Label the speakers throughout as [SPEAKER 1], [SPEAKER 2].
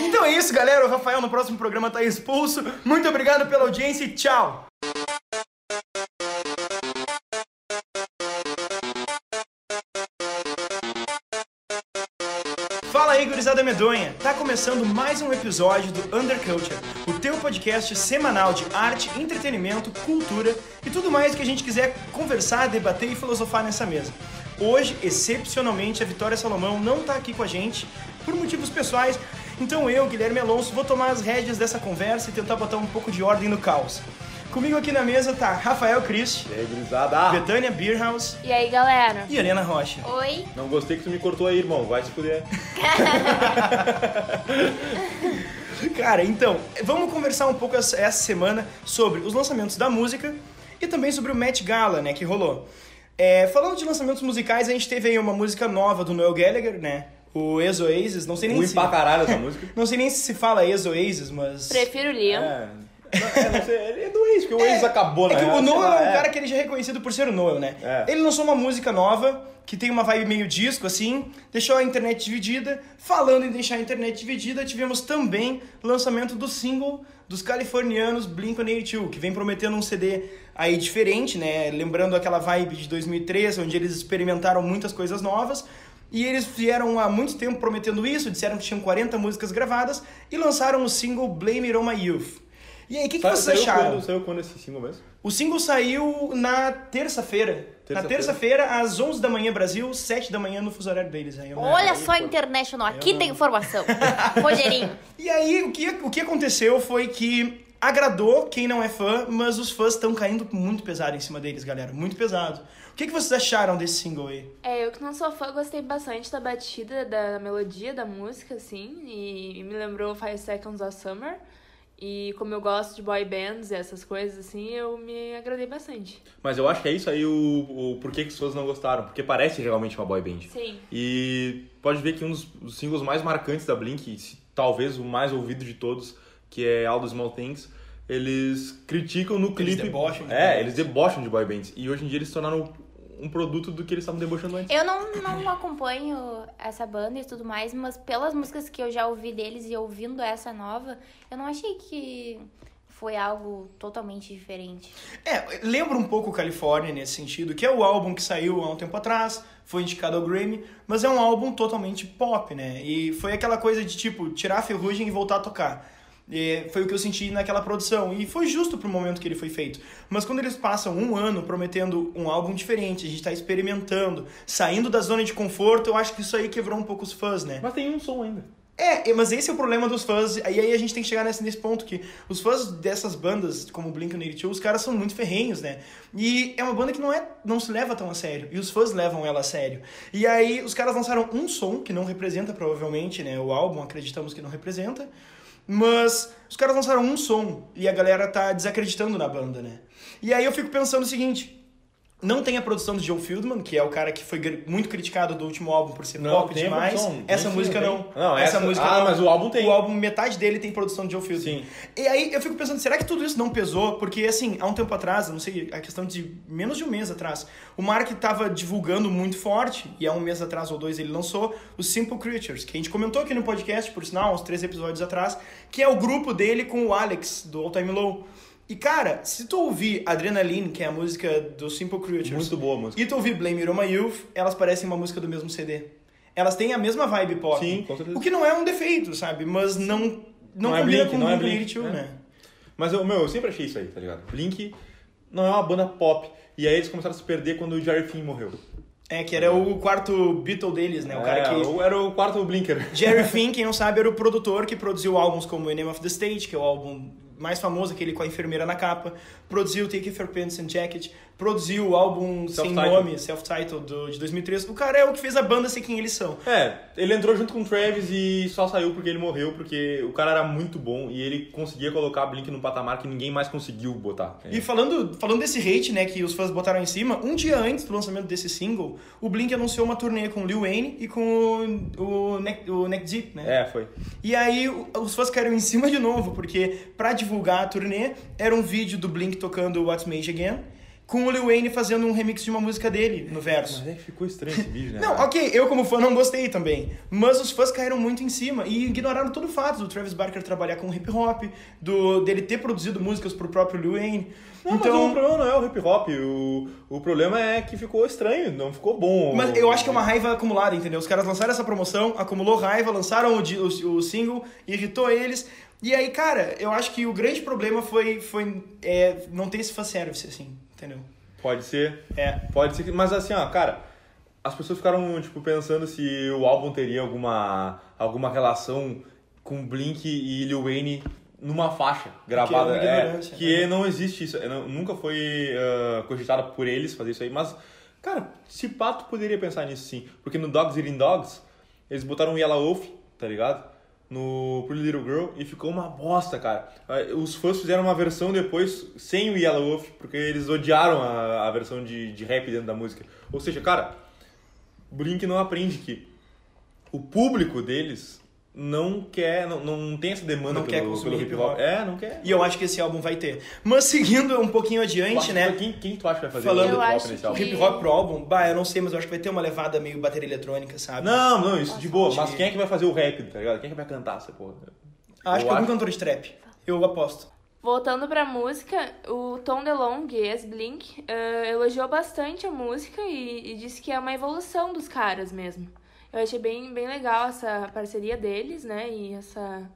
[SPEAKER 1] Então é isso, galera. O Rafael no próximo programa tá expulso. Muito obrigado pela audiência e tchau! Fala aí, gurizada medonha! Tá começando mais um episódio do Underculture, o teu podcast semanal de arte, entretenimento, cultura e tudo mais que a gente quiser conversar, debater e filosofar nessa mesa. Hoje, excepcionalmente, a Vitória Salomão não tá aqui com a gente por motivos pessoais, então eu, Guilherme Alonso, vou tomar as rédeas dessa conversa e tentar botar um pouco de ordem no caos. Comigo aqui na mesa tá Rafael Christ,
[SPEAKER 2] E aí, É, gurizada? Ah,
[SPEAKER 1] Betânia Beerhouse
[SPEAKER 3] E aí, galera?
[SPEAKER 1] e Helena Rocha.
[SPEAKER 3] Oi?
[SPEAKER 2] Não gostei que tu me cortou aí, irmão. Vai se fuder.
[SPEAKER 1] Cara, então, vamos conversar um pouco essa essa semana sobre os lançamentos da música e também sobre o Met Gala, né, que rolou. É, falando de lançamentos musicais, a gente teve aí uma música nova do Noel Gallagher, né? O Ex Oasis, não sei nem
[SPEAKER 2] Ruim
[SPEAKER 1] se
[SPEAKER 2] pra caralho essa música.
[SPEAKER 1] não sei nem se se fala Ex Oasis, mas
[SPEAKER 3] Prefiro
[SPEAKER 2] É.
[SPEAKER 3] Liam.
[SPEAKER 2] É, não sei, ele é do ex, porque o ex acabou, né?
[SPEAKER 1] É que o
[SPEAKER 2] Sei
[SPEAKER 1] Noel
[SPEAKER 2] lá,
[SPEAKER 1] é um cara que ele já é reconhecido por ser o Noel, né?
[SPEAKER 2] É.
[SPEAKER 1] Ele lançou uma música nova, que tem uma vibe meio disco, assim, deixou a internet dividida. Falando em deixar a internet dividida, tivemos também o lançamento do single dos californianos Blink-182, que vem prometendo um CD aí diferente, né? Lembrando aquela vibe de 2003, onde eles experimentaram muitas coisas novas. E eles vieram há muito tempo prometendo isso, disseram que tinham 40 músicas gravadas e lançaram o single Blame It On My Youth. E aí, o que, que
[SPEAKER 2] Sa-
[SPEAKER 1] vocês
[SPEAKER 2] saiu
[SPEAKER 1] acharam?
[SPEAKER 2] Quando, saiu quando esse single mesmo?
[SPEAKER 1] O single saiu na terça-feira. na
[SPEAKER 2] Terça-feira.
[SPEAKER 1] terça-feira, às 11 da manhã, Brasil, 7 da manhã no fuso horário deles. Aí, né?
[SPEAKER 3] Olha só, International, aqui tem informação. Rogerinho.
[SPEAKER 1] E aí, o que, o que aconteceu foi que agradou quem não é fã, mas os fãs estão caindo muito pesado em cima deles, galera. Muito pesado. O que, que vocês acharam desse single aí?
[SPEAKER 4] É, eu que não sou fã, gostei bastante da batida, da melodia, da música, assim, e, e me lembrou Five Seconds of Summer. E como eu gosto de boy bands e essas coisas, assim, eu me agradei bastante.
[SPEAKER 2] Mas eu acho que é isso aí o, o porquê que as pessoas não gostaram. Porque parece realmente uma boy band.
[SPEAKER 4] Sim.
[SPEAKER 2] E pode ver que um dos, dos singles mais marcantes da Blink, se- talvez o mais ouvido de todos, que é All the Small Things, eles criticam no clipe.
[SPEAKER 1] debocham de boy
[SPEAKER 2] é,
[SPEAKER 1] bands.
[SPEAKER 2] eles debocham de boy bands. E hoje em dia eles se tornaram um produto do que eles estavam debochando antes.
[SPEAKER 3] Eu não, não acompanho essa banda e tudo mais, mas pelas músicas que eu já ouvi deles e ouvindo essa nova, eu não achei que foi algo totalmente diferente.
[SPEAKER 1] É, lembra um pouco Califórnia nesse sentido, que é o álbum que saiu há um tempo atrás, foi indicado ao Grammy, mas é um álbum totalmente pop, né? E foi aquela coisa de tipo tirar a ferrugem e voltar a tocar. E foi o que eu senti naquela produção e foi justo pro momento que ele foi feito. Mas quando eles passam um ano prometendo um álbum diferente, a gente tá experimentando, saindo da zona de conforto, eu acho que isso aí quebrou um pouco os fãs, né?
[SPEAKER 2] Mas tem um som ainda.
[SPEAKER 1] É, mas esse é o problema dos fãs. E aí a gente tem que chegar nesse, nesse ponto que os fãs dessas bandas, como o Blink-182, os caras são muito ferrenhos, né? E é uma banda que não, é, não se leva tão a sério. E os fãs levam ela a sério. E aí os caras lançaram um som que não representa, provavelmente, né? O álbum, acreditamos que não representa. Mas os caras lançaram um som e a galera tá desacreditando na banda, né? E aí eu fico pensando o seguinte... Não tem a produção do John Fieldman, que é o cara que foi gr- muito criticado do último álbum por ser pop
[SPEAKER 2] tem
[SPEAKER 1] demais.
[SPEAKER 2] produção.
[SPEAKER 1] Essa
[SPEAKER 2] Sim,
[SPEAKER 1] música
[SPEAKER 2] tem.
[SPEAKER 1] não.
[SPEAKER 2] Não, essa, música. Ah,
[SPEAKER 1] não.
[SPEAKER 2] mas o álbum tem.
[SPEAKER 1] O álbum, metade dele tem produção de Joe Fielding.
[SPEAKER 2] Sim.
[SPEAKER 1] E aí eu fico pensando, será que tudo isso não pesou? Porque, assim, há um tempo atrás, eu não sei, a questão de menos de um mês atrás, o Mark tava divulgando muito forte, e há um mês atrás ou dois ele lançou, o Simple Creatures, que a gente comentou aqui no podcast, por sinal, uns três episódios atrás, que é o grupo dele com o Alex, do All Time Low. E, cara, se tu ouvir Adrenaline, que é a música do Simple Creatures,
[SPEAKER 2] é Muito boa a música.
[SPEAKER 1] e tu ouvir Blame It On My Youth, elas parecem uma música do mesmo CD. Elas têm a mesma vibe pop.
[SPEAKER 2] Sim, com certeza.
[SPEAKER 1] O que não é um defeito, sabe? Mas não, não,
[SPEAKER 2] Não é
[SPEAKER 1] combina
[SPEAKER 2] Blink,
[SPEAKER 1] com
[SPEAKER 2] não é
[SPEAKER 1] o Blink,
[SPEAKER 2] Blink,
[SPEAKER 1] Blink,
[SPEAKER 2] né?
[SPEAKER 1] né?
[SPEAKER 2] Mas eu, meu, eu sempre achei isso aí, tá ligado? Blink não é uma banda pop. E aí eles começaram a se perder quando o Jerry Finn morreu.
[SPEAKER 1] É, que era o quarto Beatle deles, né? O cara
[SPEAKER 2] É,
[SPEAKER 1] que...
[SPEAKER 2] eu Era o quarto Blinker.
[SPEAKER 1] Jerry Finn, quem não sabe, era o produtor que produziu álbuns como Enemy of the State, que é o álbum mais famoso, aquele com a enfermeira na capa. Produziu Take Off Your Pants and Jacket. Produziu o álbum sem
[SPEAKER 2] Self-titled.
[SPEAKER 1] nome, self-titled, do- de 2013. O cara é o que fez a banda ser quem eles são.
[SPEAKER 2] É, ele entrou junto com o Travis e só saiu porque ele morreu, porque o cara era muito bom e ele conseguia colocar a Blink num patamar que ninguém mais conseguiu botar.
[SPEAKER 1] E
[SPEAKER 2] É.
[SPEAKER 1] falando, falando desse hate, né, que os fãs botaram em cima, um dia antes do lançamento desse single, o Blink anunciou uma turnê com o Lil Wayne e com o, o, Neck, o Neck Deep, né?
[SPEAKER 2] É, foi.
[SPEAKER 1] E aí o- os fãs caíram em cima de novo, porque pra divulgar a turnê era um vídeo do Blink tocando What's Made Again, com o Lil Wayne fazendo um remix de uma música dele no verso.
[SPEAKER 2] Mas é que ficou estranho esse vídeo, né?
[SPEAKER 1] Não, ok, eu como fã não gostei também. Mas os fãs caíram muito em cima e ignoraram todo o fato do Travis Barker trabalhar com hip hop, do dele ter produzido músicas pro próprio Lil Wayne.
[SPEAKER 2] Não, mas o
[SPEAKER 1] então,
[SPEAKER 2] problema não é o hip hop. O, o problema é que ficou estranho, não ficou bom.
[SPEAKER 1] mas eu acho que é uma raiva acumulada, entendeu? Os caras lançaram essa promoção, acumulou raiva, lançaram o, di- o- o single, irritou eles. E aí, cara, eu acho que o grande problema foi, foi é, não ter esse fanservice, assim, entendeu?
[SPEAKER 2] Pode ser.
[SPEAKER 1] É.
[SPEAKER 2] Pode ser que. Mas assim, ó, cara, as pessoas ficaram, tipo, pensando se o álbum teria alguma, alguma relação com Blink e Lil Wayne numa faixa gravada.
[SPEAKER 1] uma
[SPEAKER 2] é,
[SPEAKER 1] ignorância,
[SPEAKER 2] que
[SPEAKER 1] né?
[SPEAKER 2] não existe isso. é, não- nunca foi ah, cogitado por eles fazer isso aí, mas, cara, se pato poderia pensar nisso sim. Porque no Dogs Eating Dogs, eles botaram Yellow Wolf, tá ligado? No Pretty Little Girl e ficou uma bosta, cara. Ah, Os fãs fizeram uma versão depois sem o Yellow Wolf, porque eles odiaram a, a versão de, de rap dentro da música. Ou seja, cara, Blink não aprende que o público deles não quer, não, não tem essa demanda
[SPEAKER 1] Não
[SPEAKER 2] pelo,
[SPEAKER 1] quer consumir
[SPEAKER 2] pelo hip
[SPEAKER 1] hip
[SPEAKER 2] hop.
[SPEAKER 1] hop.
[SPEAKER 2] É, não quer.
[SPEAKER 1] E eu acho que esse álbum vai ter. Mas seguindo um pouquinho adiante, né?
[SPEAKER 2] Quem, quem tu acha que vai fazer
[SPEAKER 1] Falando-
[SPEAKER 2] o
[SPEAKER 1] Eu
[SPEAKER 2] hip hop
[SPEAKER 3] acho
[SPEAKER 2] nesse
[SPEAKER 3] que-
[SPEAKER 1] O
[SPEAKER 2] álbum?
[SPEAKER 1] hip hop pro álbum, bah, eu não sei, mas eu acho que vai ter uma levada meio bateria eletrônica, sabe?
[SPEAKER 2] Não, não, isso de boa.
[SPEAKER 1] acho
[SPEAKER 2] Mas
[SPEAKER 1] que-
[SPEAKER 2] quem é que vai fazer o rap, tá ligado? Quem é que vai cantar essa porra?
[SPEAKER 1] Acho
[SPEAKER 2] Eu
[SPEAKER 1] que algum cantor de trap. Eu aposto.
[SPEAKER 4] Voltando pra música, o Tom DeLonge, ex-Blink, eh, elogiou bastante a música e, e disse que é uma evolução dos caras mesmo. Eu achei bem, bem legal essa parceria deles, né? E essa.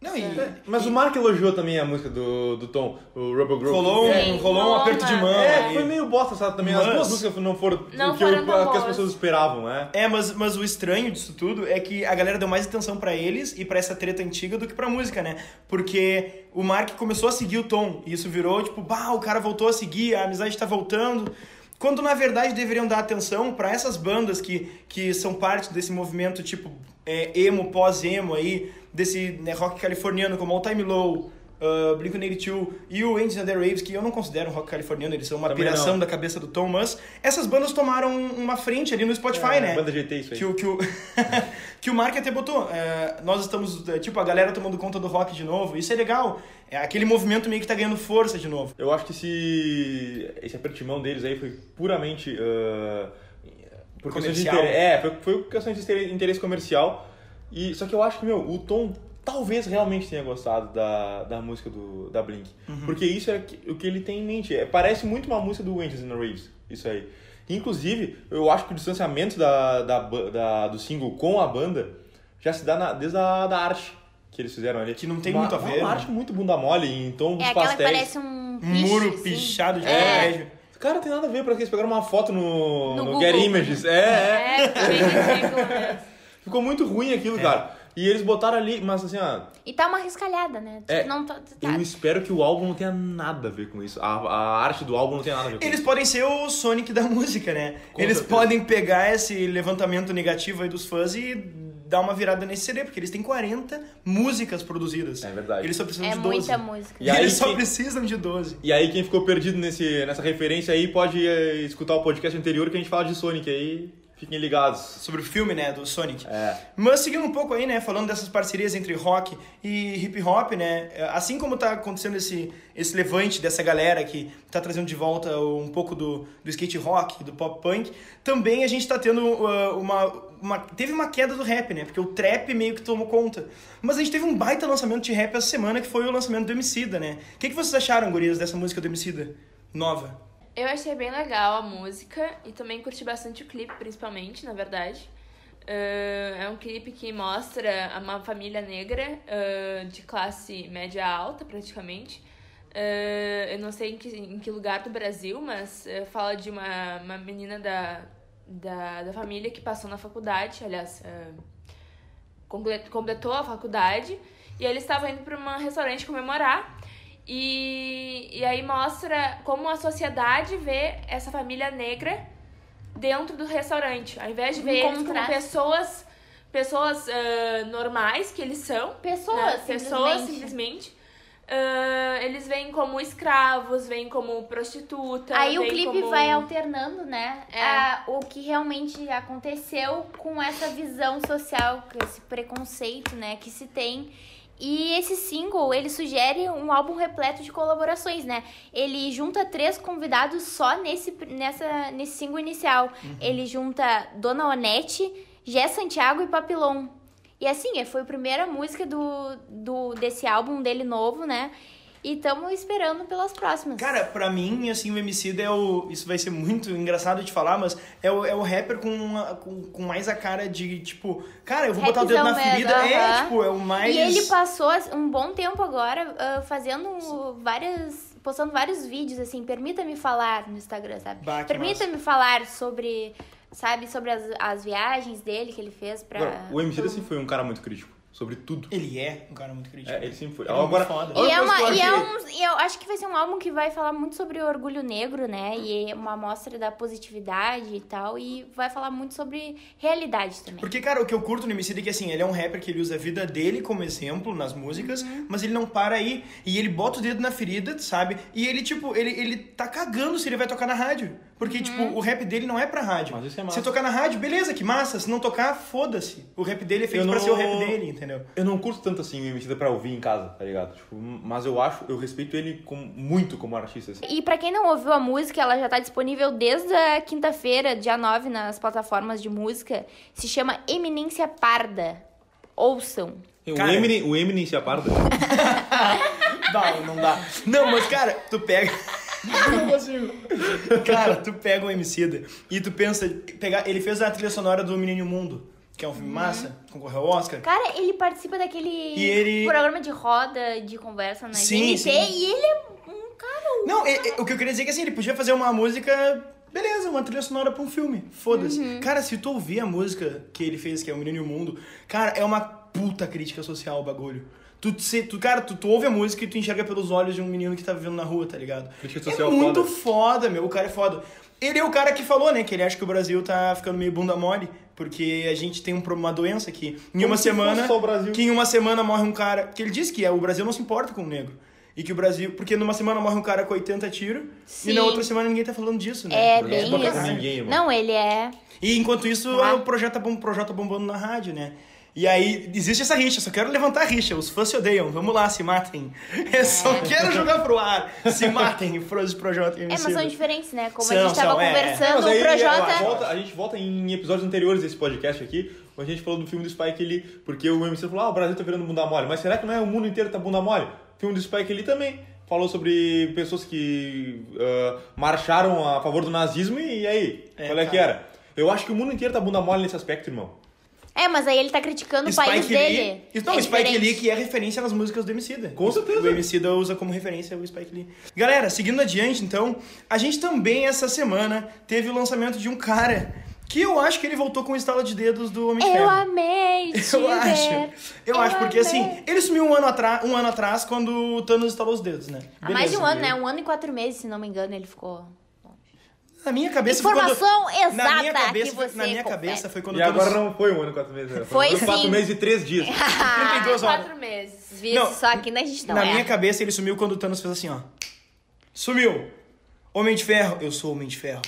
[SPEAKER 1] Não, e.
[SPEAKER 2] Mas o Mark elogiou também a música do, do Tom, o Rubber Grove.
[SPEAKER 1] Rolou um,
[SPEAKER 2] É,
[SPEAKER 4] Sim,
[SPEAKER 1] rolou um
[SPEAKER 4] rolou
[SPEAKER 1] aperto de
[SPEAKER 4] uma-
[SPEAKER 1] mão.
[SPEAKER 2] é,
[SPEAKER 1] ali.
[SPEAKER 2] foi meio bosta, sabe? Também as
[SPEAKER 1] Mas-
[SPEAKER 2] duas músicas não foram
[SPEAKER 4] Não
[SPEAKER 2] o que, eu-
[SPEAKER 4] foram tão
[SPEAKER 2] que as
[SPEAKER 4] boas.
[SPEAKER 2] pessoas esperavam, né?
[SPEAKER 1] É, mas, mas o estranho disso tudo é que a galera deu mais atenção pra eles e pra essa treta antiga do que pra música, né? Porque o Mark começou a seguir o Tom e isso virou tipo, bah, o cara voltou a seguir, a amizade tá voltando. Quando na verdade deveriam dar atenção pra essas bandas que, que são parte desse movimento tipo é, emo, pós-emo aí, desse né, rock californiano como All Time Low. Uh, Blink-182 e o Angels and the Raves, que eu não considero rock californiano, eles são uma
[SPEAKER 2] Também não.
[SPEAKER 1] piração da cabeça do Tom, mas essas bandas tomaram uma frente ali no Spotify,
[SPEAKER 2] É,
[SPEAKER 1] né?
[SPEAKER 2] Banda GT, isso aí.
[SPEAKER 1] Que o, que, o, que o Mark até botou. é, nós estamos, é, tipo, a galera tomando conta do rock de novo. Isso é legal. É aquele movimento meio que tá ganhando força de novo.
[SPEAKER 2] Eu acho que esse, esse apertimão deles aí foi puramente. ah, por questões de
[SPEAKER 1] Comercial.
[SPEAKER 2] interesse. É, foi, foi por questões de inter- interesse comercial. E, só que eu acho que, meu, o Tom talvez realmente tenha gostado da, da música do, da Blink.
[SPEAKER 1] Uhum.
[SPEAKER 2] Porque isso é que- o que ele tem em mente. É, parece muito uma música do Angels and the Raves, isso aí. Inclusive, eu acho que o distanciamento da, da, ba- da- do single com a banda já se dá na- desde a da arte que eles fizeram ali.
[SPEAKER 1] Que não tem
[SPEAKER 2] Uma-
[SPEAKER 1] muito a ver,
[SPEAKER 2] Uma
[SPEAKER 1] né?
[SPEAKER 2] arte muito bunda mole, em tom
[SPEAKER 3] É
[SPEAKER 2] dos
[SPEAKER 3] aquela que
[SPEAKER 2] pastéis.
[SPEAKER 3] parece um
[SPEAKER 1] Um muro
[SPEAKER 3] piche, assim.
[SPEAKER 1] pichado de
[SPEAKER 3] É.
[SPEAKER 1] colégio.
[SPEAKER 2] Cara, tem nada a ver, parece que eles pegaram uma foto no,
[SPEAKER 3] No
[SPEAKER 2] no
[SPEAKER 3] Google.
[SPEAKER 2] Get Images. É, é.
[SPEAKER 4] É, bem ridículo mesmo.
[SPEAKER 2] Ficou muito ruim
[SPEAKER 1] É.
[SPEAKER 2] aquilo, cara. E eles botaram ali, mas assim, ó,
[SPEAKER 3] E tá uma riscalhada, né? Tipo,
[SPEAKER 2] É,
[SPEAKER 3] não tá, tá-
[SPEAKER 2] eu espero que o álbum não tenha nada a ver com isso. A, a arte do álbum não tem nada a ver com
[SPEAKER 1] Eles
[SPEAKER 2] isso.
[SPEAKER 1] podem ser o Sonic da música, né?
[SPEAKER 2] Com
[SPEAKER 1] eles
[SPEAKER 2] certeza.
[SPEAKER 1] podem pegar esse levantamento negativo aí dos fãs e dar uma virada nesse CD, porque eles têm 40 músicas produzidas.
[SPEAKER 2] É verdade.
[SPEAKER 1] Eles só precisam
[SPEAKER 3] É
[SPEAKER 1] de 12.
[SPEAKER 3] muita música.
[SPEAKER 2] E aí
[SPEAKER 1] eles só
[SPEAKER 2] que-
[SPEAKER 1] precisam de 12.
[SPEAKER 2] E aí, quem ficou perdido nesse, nessa referência aí pode eh, escutar o podcast anterior que a gente fala de Sonic aí. Fiquem ligados.
[SPEAKER 1] Sobre o filme, né, do Sonic.
[SPEAKER 2] É.
[SPEAKER 1] Mas seguindo um pouco aí, né, falando dessas parcerias entre rock e hip hop, né, assim como tá acontecendo esse, esse levante dessa galera que tá trazendo de volta um pouco do, do skate rock, do pop punk, também a gente tá tendo uh, uma, uma- Teve uma queda do rap, né, porque o trap meio que tomou conta. Mas a gente teve um baita lançamento de rap essa semana, que foi o lançamento do Emicida, né. O que, que vocês acharam, gurias, dessa música do Emicida? Nova.
[SPEAKER 4] Eu achei bem legal a música e também curti bastante o clipe, principalmente, na verdade. Ah, é um clipe que mostra uma família negra ah, de classe média alta, praticamente. Ah, eu não sei em que, em que lugar do Brasil, mas eh, fala de uma, uma menina da, da, da família que passou na faculdade, aliás, ah, comple- completou a faculdade e eles estavam indo para um restaurante comemorar. E, e aí mostra como a sociedade vê essa família negra dentro do restaurante. Ao invés de
[SPEAKER 3] Um
[SPEAKER 4] ver eles como
[SPEAKER 3] contraste.
[SPEAKER 4] pessoas, pessoas ah, normais que eles são,
[SPEAKER 3] Pessoas,
[SPEAKER 4] né? pessoas
[SPEAKER 3] simplesmente.
[SPEAKER 4] simplesmente. ah, eles vêm como escravos, vêm como prostituta.
[SPEAKER 3] Aí o
[SPEAKER 4] vêm
[SPEAKER 3] clipe
[SPEAKER 4] como-
[SPEAKER 3] vai alternando, né?
[SPEAKER 4] Então, É.
[SPEAKER 3] a- o que realmente aconteceu com essa visão social, com esse preconceito, né, que se tem. E esse single, ele sugere um álbum repleto de colaborações, né? Ele junta três convidados só nesse, nessa, nesse single inicial. Ele junta Dona Onete, Gé Santiago e Papilon. E assim, é, foi a primeira música do, do, desse álbum dele novo, né? E estamos esperando pelas próximas.
[SPEAKER 1] Cara, pra mim, assim, o Emicida é o... Isso vai ser muito engraçado de falar, mas é o, é o rapper com, uma- com, com mais a cara de, tipo... Cara, eu vou botar o dedo na
[SPEAKER 3] Rapzão
[SPEAKER 1] ferida.
[SPEAKER 3] mesmo,
[SPEAKER 1] É,
[SPEAKER 3] aham.
[SPEAKER 1] tipo, é o mais...
[SPEAKER 3] E ele passou as- um bom tempo agora ah, fazendo várias. postando vários vídeos, assim, permita-me falar no Instagram, sabe?
[SPEAKER 2] Ah,
[SPEAKER 1] Bah, que
[SPEAKER 3] Permita-me falar sobre. Sabe, sobre as, as viagens dele que ele fez pra.
[SPEAKER 2] Agora, o MC
[SPEAKER 3] pro-
[SPEAKER 2] sempre foi um cara muito crítico, sobre tudo.
[SPEAKER 1] Ele é um cara muito crítico.
[SPEAKER 2] É, ele sempre foi.
[SPEAKER 1] Ele é muito
[SPEAKER 2] Agora,
[SPEAKER 1] foda.
[SPEAKER 2] olha
[SPEAKER 3] E é,
[SPEAKER 2] o
[SPEAKER 3] uma, e
[SPEAKER 2] personagem
[SPEAKER 3] é
[SPEAKER 2] dele.
[SPEAKER 3] um, e eu acho que vai ser um álbum que vai falar muito sobre o orgulho negro, né? E é uma amostra da positividade e tal. E vai falar muito sobre realidade também.
[SPEAKER 1] Porque, cara, o que eu curto no Emicida é que, assim, ele é um rapper que ele usa a vida dele como exemplo nas músicas, mas ele não para aí. E ele bota o dedo na ferida, sabe? E ele, tipo, ele, ele tá cagando se ele vai tocar na rádio. Porque, tipo, o rap dele não é pra rádio.
[SPEAKER 2] Mas isso é
[SPEAKER 1] Se
[SPEAKER 2] massa.
[SPEAKER 1] tocar na rádio, beleza, que massa. Se não tocar, foda-se. O rap dele é feito
[SPEAKER 2] Eu
[SPEAKER 1] pra
[SPEAKER 2] não-
[SPEAKER 1] ser o rap dele, entendeu?
[SPEAKER 2] Eu não curto tanto assim o MC pra ouvir em casa, tá ligado? Tipo, mas eu acho, eu respeito ele com- muito como artista. Assim.
[SPEAKER 3] E pra quem não ouviu a música, ela já tá disponível desde a quinta-feira, dia 9, nas plataformas de música. Se chama Eminência Parda. Ouçam.
[SPEAKER 1] Cara-
[SPEAKER 2] O, Eminem, o Eminem se aparta.
[SPEAKER 1] Dá, não dá. Não, mas, cara, tu pega. Eu não consigo. Cara, tu pega o Emicida e tu pensa. Pegar... Ele fez a trilha sonora do Menino Mundo, que é um filme massa, concorreu ao Oscar.
[SPEAKER 3] Cara, ele participa daquele
[SPEAKER 1] E ele-
[SPEAKER 3] programa de roda, de conversa na
[SPEAKER 1] Sim,
[SPEAKER 3] GNT,
[SPEAKER 1] sim.
[SPEAKER 3] e ele é um cara...
[SPEAKER 1] Não, e- e- o que eu queria dizer é que assim, ele podia fazer uma música. Beleza, uma trilha sonora pra um filme. Foda-se. Cara, se tu ouvir a música que ele fez, que é O Menino e o Mundo, cara, é uma puta crítica social o bagulho. Tu, se, tu, cara, tu, tu ouve a música e tu enxerga pelos olhos de um menino que tá vivendo na rua, tá ligado?
[SPEAKER 2] Crítica
[SPEAKER 1] é
[SPEAKER 2] social
[SPEAKER 1] muito foda, meu. O cara é foda. Ele é o cara que falou, né, que ele acha que o Brasil tá ficando meio bunda mole, porque a gente tem um, pro- uma doença que em uma
[SPEAKER 2] se
[SPEAKER 1] semana.
[SPEAKER 2] fosse só o Brasil.
[SPEAKER 1] Que em uma semana morre um cara. Que ele diz que é, o Brasil não se importa com o negro. E que o Brasil. Porque numa semana morre um cara com 80 tiros e
[SPEAKER 3] Sim.
[SPEAKER 1] na outra semana ninguém tá falando disso, né?
[SPEAKER 3] É,
[SPEAKER 2] Não
[SPEAKER 3] bem
[SPEAKER 2] se importa
[SPEAKER 3] isso.
[SPEAKER 2] com ninguém, mano.
[SPEAKER 3] Não, ele é...
[SPEAKER 1] E enquanto isso,
[SPEAKER 3] Ah.
[SPEAKER 1] o projeto tá bom, o projeto tá bombando na rádio, né? E aí, existe essa rixa, só quero levantar a rixa. Os fãs se odeiam, vamos lá, se matem. Eu só quero jogar pro ar. Se matem, fãs de projeto
[SPEAKER 3] É, mas são diferentes, né? Como a
[SPEAKER 1] São,
[SPEAKER 3] gente tava
[SPEAKER 1] são, é, é.
[SPEAKER 2] É,
[SPEAKER 3] conversando,
[SPEAKER 2] mas aí,
[SPEAKER 3] o
[SPEAKER 2] a,
[SPEAKER 3] Projota...
[SPEAKER 2] volta- a gente volta em episódios anteriores desse podcast aqui, onde a gente falou do filme do Spike Lee, porque o MC falou, ah, o Brasil tá virando bunda mole, mas será que não é o mundo inteiro que tá bunda mole? O filme do Spike Lee também falou sobre pessoas que ah, marcharam a favor do nazismo e, aí,
[SPEAKER 1] É,
[SPEAKER 2] qual é que
[SPEAKER 1] cara.
[SPEAKER 2] era? Eu acho que o mundo inteiro tá bunda mole nesse aspecto, irmão.
[SPEAKER 3] É, mas aí ele tá criticando o país
[SPEAKER 1] Spike Lee.
[SPEAKER 3] dele.
[SPEAKER 1] Isso Não,
[SPEAKER 3] é
[SPEAKER 1] o Spike
[SPEAKER 3] diferente.
[SPEAKER 1] Lee que é referência nas músicas do Emicida.
[SPEAKER 2] Com certeza.
[SPEAKER 1] O Emicida usa como referência o Spike Lee. Galera, seguindo adiante, então, a gente também essa semana teve o lançamento de um cara que eu acho que ele voltou com o estalo de dedos do Homem de
[SPEAKER 3] Eu
[SPEAKER 1] Ferro.
[SPEAKER 3] amei
[SPEAKER 1] é
[SPEAKER 3] te
[SPEAKER 1] Eu acho.
[SPEAKER 3] ver.
[SPEAKER 1] Eu,
[SPEAKER 3] Eu
[SPEAKER 1] acho, porque
[SPEAKER 3] amei.
[SPEAKER 1] assim, ele sumiu um ano, atrás, um ano atrás quando o Thanos estalou os dedos, né?
[SPEAKER 3] Há mais de um
[SPEAKER 1] Beleza.
[SPEAKER 3] ano, né? Um ano e quatro meses, se não me engano, ele ficou.
[SPEAKER 1] Na minha cabeça foi
[SPEAKER 3] Informação
[SPEAKER 1] quando...
[SPEAKER 3] exata
[SPEAKER 1] na minha cabeça,
[SPEAKER 3] que
[SPEAKER 1] foi-
[SPEAKER 3] você
[SPEAKER 1] Na minha
[SPEAKER 3] confere.
[SPEAKER 1] cabeça foi quando
[SPEAKER 2] e
[SPEAKER 1] o Thanos...
[SPEAKER 2] agora não foi um ano e quatro meses, né?
[SPEAKER 3] Foi
[SPEAKER 2] um ano e quatro
[SPEAKER 3] sim.
[SPEAKER 2] meses e três dias.
[SPEAKER 1] 32
[SPEAKER 3] Ah,
[SPEAKER 1] horas.
[SPEAKER 4] Quatro meses.
[SPEAKER 3] Visto,
[SPEAKER 1] Não,
[SPEAKER 3] só aqui na gente não
[SPEAKER 1] Na
[SPEAKER 3] é.
[SPEAKER 1] minha cabeça, ele sumiu quando o Thanos fez assim, ó. Sumiu. Homem de Ferro, eu sou Homem de Ferro.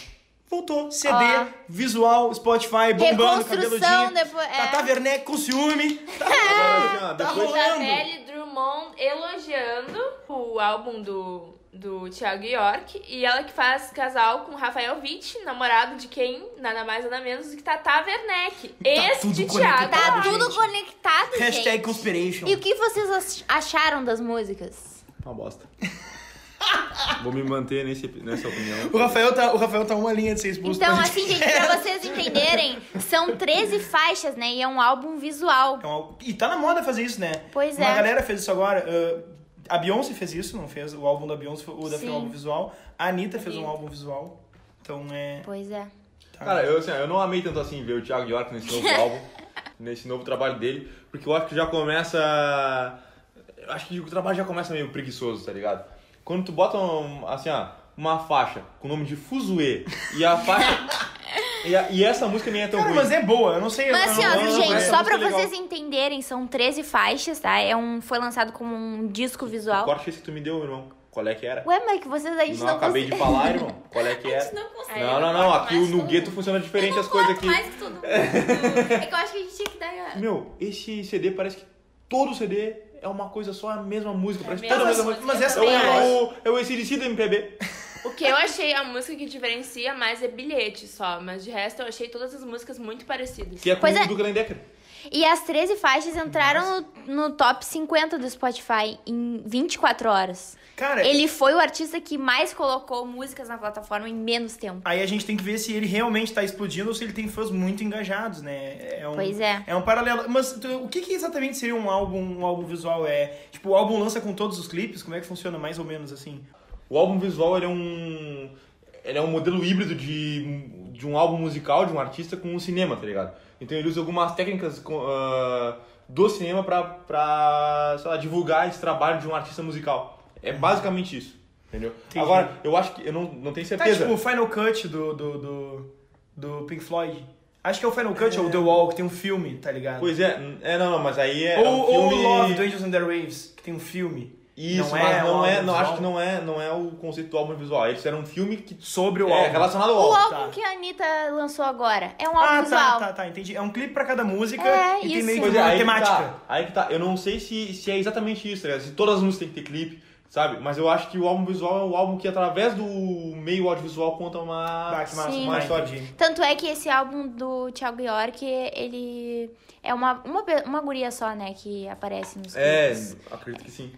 [SPEAKER 1] Voltou, CD,
[SPEAKER 3] Ó.
[SPEAKER 1] visual, Spotify, bombando,
[SPEAKER 3] Reconstrução
[SPEAKER 1] cabeludinho. Tá,
[SPEAKER 3] depois- é.
[SPEAKER 1] Tata Werneck com ciúme. Tá,
[SPEAKER 2] Agora, assim, ó,
[SPEAKER 1] tá
[SPEAKER 2] depois-
[SPEAKER 1] rolando.
[SPEAKER 4] Isabelle Drummond elogiando o álbum do, do Thiago York. E ela que faz casal com Rafael Witt, namorado de quem? Nada mais nada menos do que Tata Werneck. ex
[SPEAKER 1] tudo
[SPEAKER 4] de
[SPEAKER 1] conectado.
[SPEAKER 4] Thiago.
[SPEAKER 3] Tá
[SPEAKER 1] Ah,
[SPEAKER 3] tudo
[SPEAKER 1] gente.
[SPEAKER 3] conectado,
[SPEAKER 1] Hashtag
[SPEAKER 3] gente.
[SPEAKER 1] Conspiration.
[SPEAKER 3] E o que vocês ach- acharam das músicas?
[SPEAKER 2] Uma bosta. Vou me manter nesse, nessa opinião.
[SPEAKER 1] O Rafael, tá, o Rafael tá uma linha de ser expulso.
[SPEAKER 3] Então,
[SPEAKER 1] mas-
[SPEAKER 3] assim, gente, pra vocês entenderem, são 13 faixas, né? E é um álbum visual.
[SPEAKER 1] É uma- E tá na moda fazer isso, né?
[SPEAKER 3] Pois
[SPEAKER 1] uma
[SPEAKER 3] é.
[SPEAKER 1] galera fez isso agora. ah, a Beyoncé fez isso, não fez? O álbum da Beyoncé, foi- o da foi um
[SPEAKER 3] Sim.
[SPEAKER 1] álbum visual. A Anitta fez um
[SPEAKER 4] Anitta.
[SPEAKER 1] álbum visual. Então é.
[SPEAKER 3] Pois é.
[SPEAKER 1] tá.
[SPEAKER 2] Cara, eu, assim, eu não amei tanto assim ver o Thiago York nesse novo álbum, nesse novo trabalho dele, porque eu acho que já começa. Eu acho que o trabalho já começa meio preguiçoso, tá ligado? Quando tu bota um, assim, ó, uma faixa com o nome de Fuzue e a faixa. e, a- e essa música nem é tão
[SPEAKER 1] Cara,
[SPEAKER 2] ruim.
[SPEAKER 1] mas é boa, eu não sei.
[SPEAKER 3] Mas assim,
[SPEAKER 1] eu
[SPEAKER 3] ó,
[SPEAKER 1] não- eu não
[SPEAKER 3] gente,
[SPEAKER 1] conheço.
[SPEAKER 2] essa
[SPEAKER 3] só pra
[SPEAKER 2] música é
[SPEAKER 3] vocês entenderem, são 13 faixas, tá? É um, foi lançado como um disco
[SPEAKER 1] é
[SPEAKER 2] O
[SPEAKER 3] visual.
[SPEAKER 2] corte esse que tu me deu, irmão. Qual é que era?
[SPEAKER 3] Ué, mas que vocês a gente
[SPEAKER 2] não,
[SPEAKER 3] não,
[SPEAKER 2] acabei de
[SPEAKER 3] consegue-
[SPEAKER 2] falar, irmão. Qual é que era? Não, não, não.
[SPEAKER 4] um
[SPEAKER 2] Aqui o
[SPEAKER 3] um
[SPEAKER 2] no gueto funciona diferente as coisas aqui.
[SPEAKER 3] Mais que todo mundo. É que eu acho que a gente tinha que dar.
[SPEAKER 2] Meu, esse CD parece que todo CD é uma coisa só, a mesma música.
[SPEAKER 4] É
[SPEAKER 2] parece
[SPEAKER 4] a
[SPEAKER 2] toda a
[SPEAKER 4] mesma
[SPEAKER 2] mesma música.
[SPEAKER 1] mas essa
[SPEAKER 2] É o,
[SPEAKER 4] também
[SPEAKER 2] é
[SPEAKER 1] acho.
[SPEAKER 2] o, é o AC/DC do MPB.
[SPEAKER 4] O que eu achei a música que diferencia mais é bilhete só, mas de resto eu achei todas as músicas muito parecidas.
[SPEAKER 2] Que é com
[SPEAKER 3] Pois é.
[SPEAKER 2] o do Glendecker.
[SPEAKER 3] E as 13 faixas entraram no, no top 50 do Spotify em 24 horas.
[SPEAKER 1] Cara,
[SPEAKER 3] Ele foi o artista que mais colocou músicas na plataforma em menos tempo.
[SPEAKER 1] aí a gente tem que ver se ele realmente tá explodindo ou se ele tem fãs muito engajados, né? É um,
[SPEAKER 3] Pois é.
[SPEAKER 1] É um paralelo. Mas tu- o que, que exatamente seria um álbum, um álbum visual? É tipo, o álbum lança com todos os clipes? Como é que funciona mais ou menos assim?
[SPEAKER 2] O álbum visual ele é um ele é um modelo híbrido de, de um álbum musical de um artista com um cinema, tá ligado? Então ele usa algumas técnicas com- ah, do cinema pra, pra sei lá, divulgar esse trabalho de um artista musical. É basicamente isso, entendeu?
[SPEAKER 1] Entendi.
[SPEAKER 2] Agora, eu acho que eu não, não tenho
[SPEAKER 1] Tá
[SPEAKER 2] certeza.
[SPEAKER 1] tipo o Final Cut do, do, do, do Pink Floyd. Acho que é o Final Cut ou The Wall, que tem um filme, tá ligado?
[SPEAKER 2] Pois é, n- é não, não, mas aí é
[SPEAKER 1] ou,
[SPEAKER 2] é um
[SPEAKER 1] ou o
[SPEAKER 2] filme-
[SPEAKER 1] Love, do Angels and the Waves, que tem um filme.
[SPEAKER 2] Isso,
[SPEAKER 1] Não
[SPEAKER 2] mas
[SPEAKER 1] é um
[SPEAKER 2] não é,
[SPEAKER 1] álbum
[SPEAKER 2] não
[SPEAKER 1] visual?
[SPEAKER 2] acho que não é, não é o conceito do álbum visual. Eles fizeram um filme que
[SPEAKER 1] Sobre o
[SPEAKER 2] é
[SPEAKER 1] álbum.
[SPEAKER 2] relacionado ao
[SPEAKER 3] O
[SPEAKER 2] álbum.
[SPEAKER 3] álbum
[SPEAKER 1] tá.
[SPEAKER 3] que a Anitta lançou agora é um álbum
[SPEAKER 1] Ah, tá,
[SPEAKER 3] visual.
[SPEAKER 1] tá, tá, entendi. É um clipe pra cada música
[SPEAKER 3] É,
[SPEAKER 1] e tem
[SPEAKER 3] isso.
[SPEAKER 1] meio que
[SPEAKER 2] Pois
[SPEAKER 1] uma
[SPEAKER 2] é, aí que
[SPEAKER 1] temática.
[SPEAKER 2] tá, aí que tá. Eu não sei se, se é exatamente isso, né? se todas as músicas têm que ter clipe, sabe? Mas eu acho que o álbum visual é o álbum que, através do meio audiovisual, conta uma,
[SPEAKER 1] Ah, que massa,
[SPEAKER 3] Sim.
[SPEAKER 2] uma
[SPEAKER 1] massa,
[SPEAKER 2] história.
[SPEAKER 1] entendi.
[SPEAKER 3] Tanto é que esse álbum do Thiago York, ele é uma, uma, pe- uma guria só, né, que aparece nos
[SPEAKER 2] É,
[SPEAKER 3] clipes.
[SPEAKER 2] acredito que sim.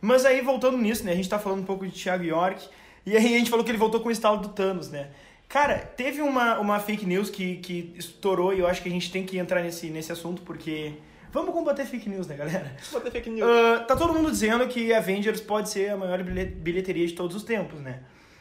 [SPEAKER 1] Mas aí, voltando nisso, né? A gente tá falando um pouco de Thiago York. E aí a gente falou que ele voltou com o estalo do Thanos, né? Cara, teve uma, uma fake news que, que estourou e eu acho que a gente tem que entrar nesse, nesse assunto porque... Vamos combater fake news, né, galera?
[SPEAKER 2] Vou ter fake news.
[SPEAKER 1] Ah, tá todo mundo dizendo que Avengers pode ser a maior bilhe- bilheteria de todos os tempos, né?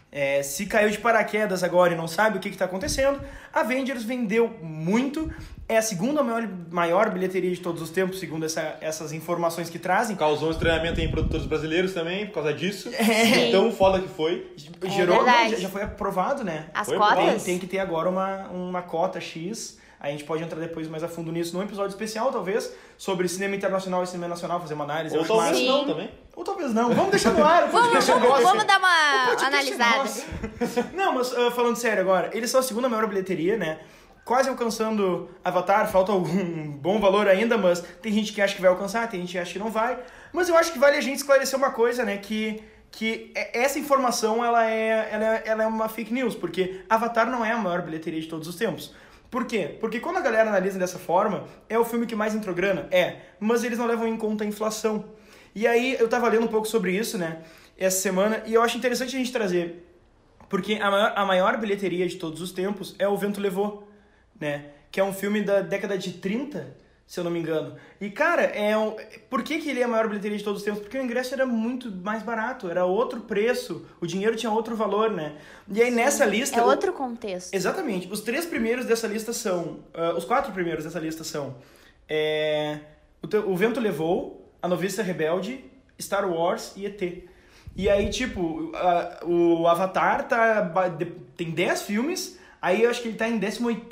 [SPEAKER 1] É, se caiu de paraquedas agora e não sabe o que, que tá acontecendo, Avengers vendeu muito, é a segunda maior, maior bilheteria de todos os tempos, segundo essa- essas informações que trazem.
[SPEAKER 2] Causou um estranhamento em produtores brasileiros também, por causa disso.
[SPEAKER 3] Sim.
[SPEAKER 2] Tão foda que foi.
[SPEAKER 1] Gerou,
[SPEAKER 3] É verdade.
[SPEAKER 1] já, já foi aprovado, né?
[SPEAKER 3] As
[SPEAKER 2] Foi
[SPEAKER 1] Tem,
[SPEAKER 3] cotas?
[SPEAKER 1] tem que ter agora uma, uma cota X. A gente pode entrar depois mais a fundo nisso num episódio especial, talvez, sobre cinema internacional e cinema nacional, fazer uma análise. eu
[SPEAKER 2] Ou
[SPEAKER 1] acho
[SPEAKER 2] talvez
[SPEAKER 1] massa.
[SPEAKER 3] Sim.
[SPEAKER 2] não também.
[SPEAKER 1] Ou talvez não. Vamos deixar no ar. o
[SPEAKER 3] Vamos,
[SPEAKER 1] podcast é
[SPEAKER 3] vamos,
[SPEAKER 1] nosso.
[SPEAKER 3] vamos dar
[SPEAKER 1] O
[SPEAKER 3] uma
[SPEAKER 1] podcast é
[SPEAKER 3] analisada.
[SPEAKER 1] nosso. Não, mas ah, falando sério agora, eles são a segunda maior bilheteria, né? Quase alcançando Avatar, falta algum bom valor ainda, mas tem gente que acha que vai alcançar, tem gente que acha que não vai. Mas eu acho que vale a gente esclarecer uma coisa, né? Que, que é- essa informação ela é, ela, é, ela é uma fake news, porque Avatar não é a maior bilheteria de todos os tempos. Por quê? Porque quando a galera analisa dessa forma, é o filme que mais entrou grana? É. Mas eles não levam em conta a inflação. E aí eu tava lendo um pouco sobre isso, né, essa semana, e eu acho interessante a gente trazer, porque a maior, a maior bilheteria de todos os tempos é O Vento Levou, né, que é um filme da década de 30, se eu não me engano. E, cara, é um, por que, que ele é a maior bilheteria de todos os tempos? Porque o ingresso era muito mais barato, era outro preço, o dinheiro tinha outro valor, né? E aí nessa lista...
[SPEAKER 3] É outro contexto.
[SPEAKER 1] Exatamente. Os três primeiros dessa lista são. ah, os quatro primeiros dessa lista são. é, o, Te- O Vento Levou, A Noviça Rebelde, Star Wars e ET. E aí, tipo, ah, o Avatar tá, ba- de- tem 10 filmes, aí eu acho que ele tá em 18.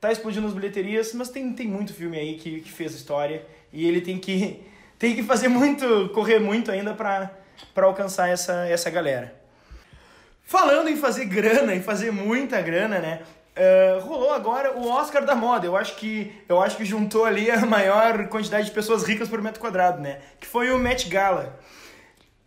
[SPEAKER 1] Tá explodindo as bilheterias, mas tem, tem muito filme aí que, que fez história. E ele tem que, tem que fazer muito, correr muito ainda pra, pra alcançar essa, essa galera. Falando em fazer grana, em fazer muita grana, né? eh, rolou agora o Oscar da moda. Eu acho que eu acho que juntou ali a maior quantidade de pessoas ricas por metro quadrado, né? Que foi o Met Gala.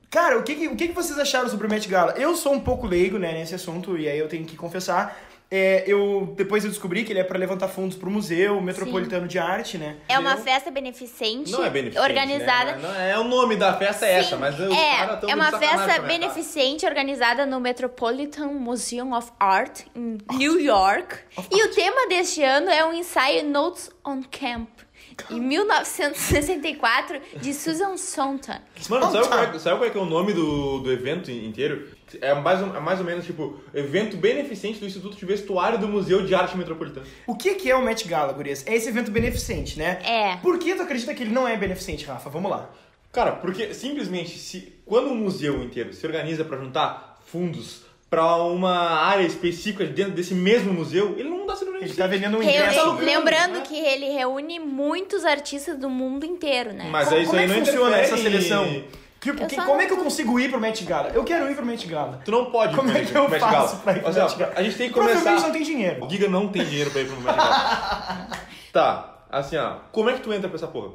[SPEAKER 1] Cara, o que, que- o que, que vocês acharam sobre o Met Gala? Eu sou um pouco leigo né, nesse assunto, e aí eu tenho que confessar. É, eu Depois eu descobri que ele é para levantar fundos pro Museu Metropolitano de Arte, né?
[SPEAKER 3] É uma
[SPEAKER 1] Eu-
[SPEAKER 3] festa beneficente,
[SPEAKER 2] Não é beneficente.
[SPEAKER 3] organizada.
[SPEAKER 2] né? Não é, o nome da festa é essa,
[SPEAKER 3] Sim,
[SPEAKER 2] mas os caras tão
[SPEAKER 3] é, é
[SPEAKER 2] de
[SPEAKER 3] uma
[SPEAKER 2] sacanagem tá?
[SPEAKER 3] festa
[SPEAKER 2] com a minha cara.
[SPEAKER 3] beneficente organizada no Metropolitan Museum of Art em New York. E o tema deste ano é um ensaio Notes on Camp. Em 1964, de Susan Sontag.
[SPEAKER 2] Mano,
[SPEAKER 1] Oh,
[SPEAKER 2] sabe, qual
[SPEAKER 1] tá.
[SPEAKER 2] é, sabe qual é que é o nome do, do evento in- inteiro? É mais, ou- é mais ou menos tipo, evento beneficente do Instituto de Vestuário do Museu de Arte Metropolitana.
[SPEAKER 1] O que, que é o Met Gala, Gurias? É esse evento beneficente, né?
[SPEAKER 3] É.
[SPEAKER 1] Por que tu acredita que ele não é beneficente, Rafa? Vamos lá.
[SPEAKER 2] Cara, porque simplesmente se quando um museu inteiro se organiza pra juntar fundos pra uma área específica dentro desse mesmo museu, ele não dá sendo
[SPEAKER 1] Ele
[SPEAKER 2] beneficente.
[SPEAKER 1] tá vendendo um
[SPEAKER 3] Reu-
[SPEAKER 1] ingresso.
[SPEAKER 2] lucrando,
[SPEAKER 3] Lembrando
[SPEAKER 2] né?
[SPEAKER 3] que ele reúne muitos artistas do mundo inteiro, né?
[SPEAKER 2] Mas
[SPEAKER 1] como,
[SPEAKER 2] aí isso
[SPEAKER 1] como
[SPEAKER 2] aí
[SPEAKER 1] é que
[SPEAKER 2] não
[SPEAKER 1] funciona
[SPEAKER 2] interfere
[SPEAKER 1] essa
[SPEAKER 2] em-
[SPEAKER 1] seleção? Tipo,
[SPEAKER 3] Eu
[SPEAKER 1] que-
[SPEAKER 3] só
[SPEAKER 1] como
[SPEAKER 3] não-
[SPEAKER 1] é que eu consigo ir pro Met Gala? Eu quero ir pro Met Gala.
[SPEAKER 2] Tu não pode ir
[SPEAKER 1] Como
[SPEAKER 2] pro
[SPEAKER 1] é que eu
[SPEAKER 2] Met Gala.
[SPEAKER 1] faço pra ir pro
[SPEAKER 2] Olha
[SPEAKER 1] Met
[SPEAKER 2] só,
[SPEAKER 1] Gala?
[SPEAKER 2] a gente tem é que
[SPEAKER 1] Provavelmente
[SPEAKER 2] começar...
[SPEAKER 1] não tem dinheiro.
[SPEAKER 2] O Giga não tem dinheiro pra ir pro Magic Tá, assim ó, como é que tu entra pra essa porra?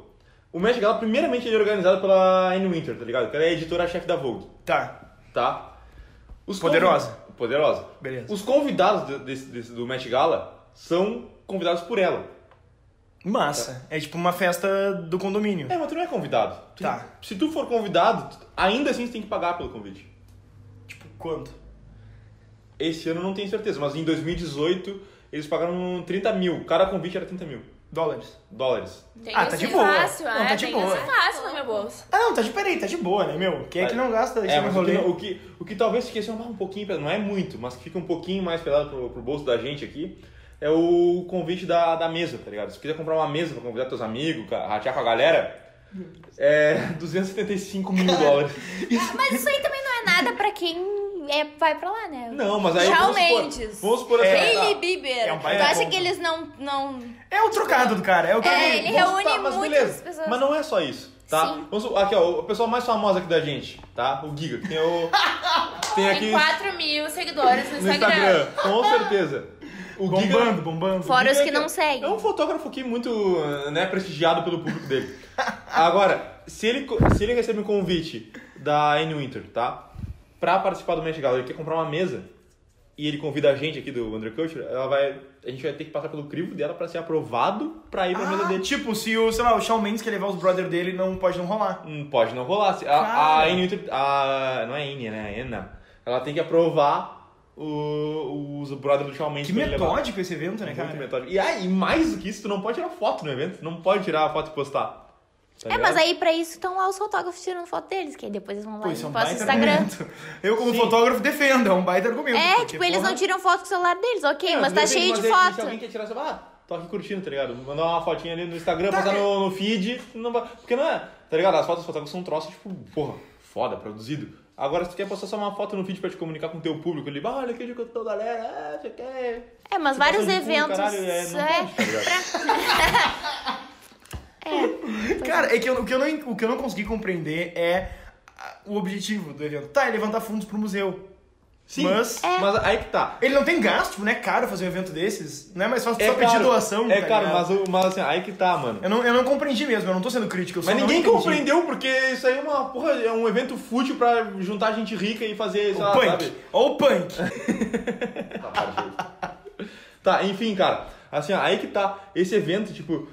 [SPEAKER 2] O Met Gala, primeiramente, ele é organizado pela Anne Winter, tá ligado? Que ela é a editora-chefe da Vogue,
[SPEAKER 1] Tá.
[SPEAKER 2] tá? Os
[SPEAKER 1] Poderosa.
[SPEAKER 2] convi- Poderosa.
[SPEAKER 1] Beleza.
[SPEAKER 2] Os convidados de- desse- desse- do Met Gala são convidados por ela.
[SPEAKER 1] Massa. É tipo uma festa do condomínio.
[SPEAKER 2] É, mas tu não é convidado. Tu-
[SPEAKER 1] Tá.
[SPEAKER 2] Se tu for convidado, tu- ainda assim tu tem que pagar pelo convite.
[SPEAKER 1] Tipo, quanto?
[SPEAKER 2] Esse ano eu não tenho certeza, mas em 2018 eles pagaram 30 mil. Cada convite era 30 mil
[SPEAKER 1] Dólares.
[SPEAKER 2] dólares.
[SPEAKER 4] Tem
[SPEAKER 1] Ah, tá
[SPEAKER 4] esse
[SPEAKER 1] de boa.
[SPEAKER 4] fácil,
[SPEAKER 1] Não,
[SPEAKER 4] é,
[SPEAKER 1] tá de
[SPEAKER 4] tem
[SPEAKER 1] boa.
[SPEAKER 4] esse fácil no meu bolso.
[SPEAKER 1] Ah, não, tá de peraí, tá de boa, né, meu? Quem é que não gasta isso
[SPEAKER 2] É,
[SPEAKER 1] no
[SPEAKER 2] mas o que,
[SPEAKER 1] rolê?
[SPEAKER 2] não- o, que, o que talvez fique assim, ah, um pouquinho, pesado, não é muito, mas que fica um pouquinho mais pesado pro, pro bolso da gente aqui, é o convite da, da mesa, tá ligado? Se tu quiser comprar uma mesa pra convidar teus amigos, ca- ratear com a galera, é 275 mil dólares.
[SPEAKER 3] Mas isso aí também não é nada pra quem é, vai pra lá, né?
[SPEAKER 2] Não, mas aí
[SPEAKER 3] Shawn
[SPEAKER 2] vamos supor,
[SPEAKER 3] Mendes.
[SPEAKER 2] vamos supor assim,
[SPEAKER 1] É.
[SPEAKER 2] tá.
[SPEAKER 3] Hailey Bieber.
[SPEAKER 1] É um
[SPEAKER 3] tu
[SPEAKER 1] baita
[SPEAKER 3] acha
[SPEAKER 1] combo.
[SPEAKER 3] que eles não... não...
[SPEAKER 1] É o trocado do cara, é o cara.
[SPEAKER 3] É, ele
[SPEAKER 2] Mas
[SPEAKER 3] reúne
[SPEAKER 2] tá, mas
[SPEAKER 3] muitas
[SPEAKER 2] beleza.
[SPEAKER 3] pessoas.
[SPEAKER 2] Mas não é só isso, tá?
[SPEAKER 3] Sim.
[SPEAKER 2] Vamos supor- aqui, ó, o pessoal mais famoso aqui da gente, tá? O Giga, que tem o... tem aqui
[SPEAKER 4] Tem 4 mil seguidores no
[SPEAKER 2] no Instagram, com certeza. O
[SPEAKER 1] Bombando, bombando.
[SPEAKER 3] Fora os
[SPEAKER 2] Giga
[SPEAKER 3] que não seguem.
[SPEAKER 2] É um fotógrafo que muito né, prestigiado pelo público dele. Agora, se ele, co- se ele recebe um convite da Anne Winter, tá? Pra participar do Met Gala, ele quer comprar uma mesa e ele convida a gente aqui do Underculture, ela vai, a gente vai ter que passar pelo crivo dela pra ser aprovado pra ir pra mesa
[SPEAKER 1] Ah,
[SPEAKER 2] dele.
[SPEAKER 1] tipo, se o, sei lá, o Shawn Mendes quer levar os brother dele, não pode não rolar.
[SPEAKER 2] Hum, Pode não rolar. Se- A, a
[SPEAKER 1] Claro.
[SPEAKER 2] Anne Winter, a, não é Anne, né? A Anna. Ela tem que aprovar o, os brothers do Shawn Mendes
[SPEAKER 1] Que
[SPEAKER 2] pra ele levar.
[SPEAKER 1] metódico esse evento, né, cara?
[SPEAKER 2] Muito metódico. E aí, mais do que isso, tu não pode tirar foto no evento. Não pode tirar a foto e postar. Tá
[SPEAKER 3] É,
[SPEAKER 2] ligado?
[SPEAKER 3] mas aí pra isso estão lá os fotógrafos tirando foto deles, que aí depois eles vão lá
[SPEAKER 1] Pô,
[SPEAKER 3] e
[SPEAKER 1] isso é um
[SPEAKER 3] postam no
[SPEAKER 1] baita
[SPEAKER 3] Instagram.
[SPEAKER 1] argumento. Eu, como
[SPEAKER 2] Sim.
[SPEAKER 1] fotógrafo, defendo, é um baita argumento.
[SPEAKER 3] É,
[SPEAKER 1] porque,
[SPEAKER 3] tipo, eles
[SPEAKER 1] porra,
[SPEAKER 3] não tiram foto com o celular deles, ok,
[SPEAKER 2] É,
[SPEAKER 3] mas tá
[SPEAKER 2] depende,
[SPEAKER 3] cheio de
[SPEAKER 2] aí,
[SPEAKER 3] foto.
[SPEAKER 2] Se alguém quer tirar, você vai, ah, tô aqui curtindo, tá ligado? Mandar uma fotinha ali no Instagram,
[SPEAKER 1] Tá,
[SPEAKER 2] postar
[SPEAKER 1] é.
[SPEAKER 2] no, no feed. Não vai... Porque não é, tá ligado? As fotos dos fotógrafos são um troço, tipo, porra, foda, produzido. Agora, se tu quer postar só uma foto no feed pra te comunicar com o teu público, ele, ah, olha aqui onde que eu tô, galera, ah, você quer...
[SPEAKER 3] É, mas
[SPEAKER 2] Você
[SPEAKER 3] vários
[SPEAKER 2] passa de cu,
[SPEAKER 3] eventos.
[SPEAKER 2] caralho, é, não
[SPEAKER 3] é,
[SPEAKER 2] pode, tá ligado? Tá
[SPEAKER 1] Cara, é que eu- o, que eu não, o que eu não consegui compreender é a- o objetivo do evento. Tá, é levantar fundos pro museu.
[SPEAKER 2] Sim,
[SPEAKER 1] Mas-
[SPEAKER 2] mas...
[SPEAKER 3] É.
[SPEAKER 2] mas aí que tá.
[SPEAKER 1] Ele não tem gasto, né? É caro fazer um evento desses. Não é mais fácil tu
[SPEAKER 2] É
[SPEAKER 1] só pedir
[SPEAKER 2] caro,
[SPEAKER 1] doação.
[SPEAKER 2] É
[SPEAKER 1] tá
[SPEAKER 2] caro,
[SPEAKER 1] ligado?
[SPEAKER 2] mas, o- mas assim, aí que tá, mano.
[SPEAKER 1] Eu não, eu não compreendi mesmo, eu não tô sendo crítico. Eu só
[SPEAKER 2] Mas
[SPEAKER 1] não
[SPEAKER 2] ninguém
[SPEAKER 1] entendi.
[SPEAKER 2] compreendeu porque isso aí é uma porra, é um evento fútil pra juntar gente rica e fazer, sei
[SPEAKER 1] O
[SPEAKER 2] lá,
[SPEAKER 1] punk.
[SPEAKER 2] sabe?
[SPEAKER 1] Ó o punk.
[SPEAKER 2] Tá, enfim, cara, assim, ó, aí que tá. Esse evento, tipo,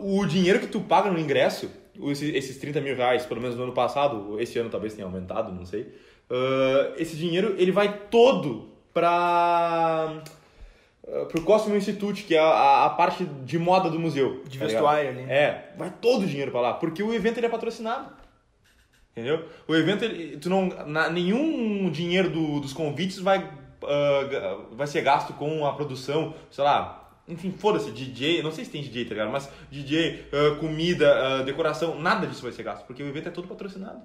[SPEAKER 2] o dinheiro que tu paga no ingresso, esse- esses 30 mil reais, pelo menos no ano passado, esse ano talvez tenha aumentado, não sei. ah, esse dinheiro, ele vai todo pra. ah, pro Costume Institute, que é a, a parte de moda do museu.
[SPEAKER 1] De
[SPEAKER 2] tá ligado?
[SPEAKER 1] vestuário ali.
[SPEAKER 2] É, vai todo o dinheiro pra lá, porque o evento ele é patrocinado. Entendeu? O evento, ele, tu não, na- nenhum dinheiro do- dos convites vai, ah, ga- vai ser gasto com a produção, sei lá. Enfim, foda-se, DJ, não sei se tem DJ, tá ligado? Mas DJ, ah, comida, ah, decoração, nada disso vai ser gasto, porque o evento é todo patrocinado.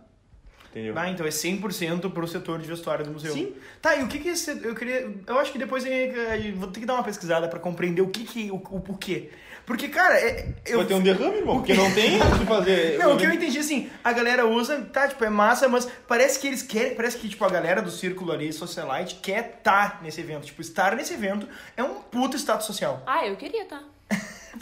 [SPEAKER 2] Entendeu?
[SPEAKER 1] Ah, então é 100% pro setor de vestuário do museu.
[SPEAKER 2] Sim.
[SPEAKER 1] Tá, e o que que esse, eu queria, eu acho que depois eu, eu vou ter que dar uma pesquisada pra compreender o que que o, o, o quê. Porque cara, é- eu
[SPEAKER 2] Vai ter um derrame, irmão, porque não tem o que fazer.
[SPEAKER 1] Não,
[SPEAKER 2] O
[SPEAKER 1] o que eu
[SPEAKER 2] evento-
[SPEAKER 1] entendi assim, a galera usa, tá, tipo, é massa, mas parece que eles querem, parece que tipo a galera do círculo ali socialite quer tá nesse evento, tipo, estar nesse evento é um puta status social.
[SPEAKER 4] Ah, eu queria, tá?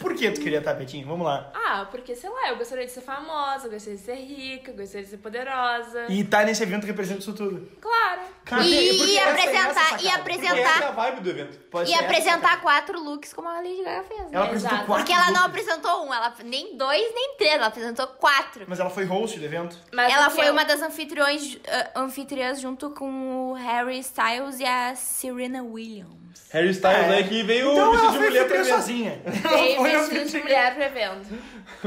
[SPEAKER 1] Por que tu queria estar, Petinho? Vamos lá.
[SPEAKER 4] Ah, porque, sei lá, eu gostaria de ser famosa, eu gostaria de ser rica, eu gostaria de ser poderosa.
[SPEAKER 1] E tá nesse evento representa isso tudo.
[SPEAKER 4] Claro.
[SPEAKER 1] Cara, é
[SPEAKER 3] E,
[SPEAKER 1] porque
[SPEAKER 3] e
[SPEAKER 1] essa- essa
[SPEAKER 3] apresentar,
[SPEAKER 1] sacada.
[SPEAKER 2] Porque Essa é
[SPEAKER 3] e
[SPEAKER 2] a
[SPEAKER 1] tá.
[SPEAKER 3] apresentar,
[SPEAKER 2] vibe do evento.
[SPEAKER 1] Pode
[SPEAKER 3] e
[SPEAKER 1] ser essa
[SPEAKER 3] apresentar quatro looks como a Lady Gaga fez, né?
[SPEAKER 1] Ela apresentou
[SPEAKER 4] Exato.
[SPEAKER 1] quatro.
[SPEAKER 3] Porque ela não
[SPEAKER 1] grupos,
[SPEAKER 3] apresentou um, ela nem dois, nem três, ela apresentou quatro.
[SPEAKER 1] Mas ela foi host do evento?
[SPEAKER 4] Mas
[SPEAKER 3] ela
[SPEAKER 4] o que
[SPEAKER 3] foi
[SPEAKER 4] eu-
[SPEAKER 3] uma das anfitriões, ah, anfitriãs junto com o Harry Styles e a Serena Williams.
[SPEAKER 2] Harry Styles
[SPEAKER 1] É.
[SPEAKER 2] aí que veio
[SPEAKER 1] Então
[SPEAKER 2] vestido
[SPEAKER 1] ela
[SPEAKER 2] de
[SPEAKER 1] foi
[SPEAKER 2] mulher pra
[SPEAKER 1] anfitriã
[SPEAKER 2] evento.
[SPEAKER 1] sozinha.
[SPEAKER 4] Veio
[SPEAKER 1] Foi
[SPEAKER 4] vestido de
[SPEAKER 1] anfitriã.
[SPEAKER 4] mulher pro evento.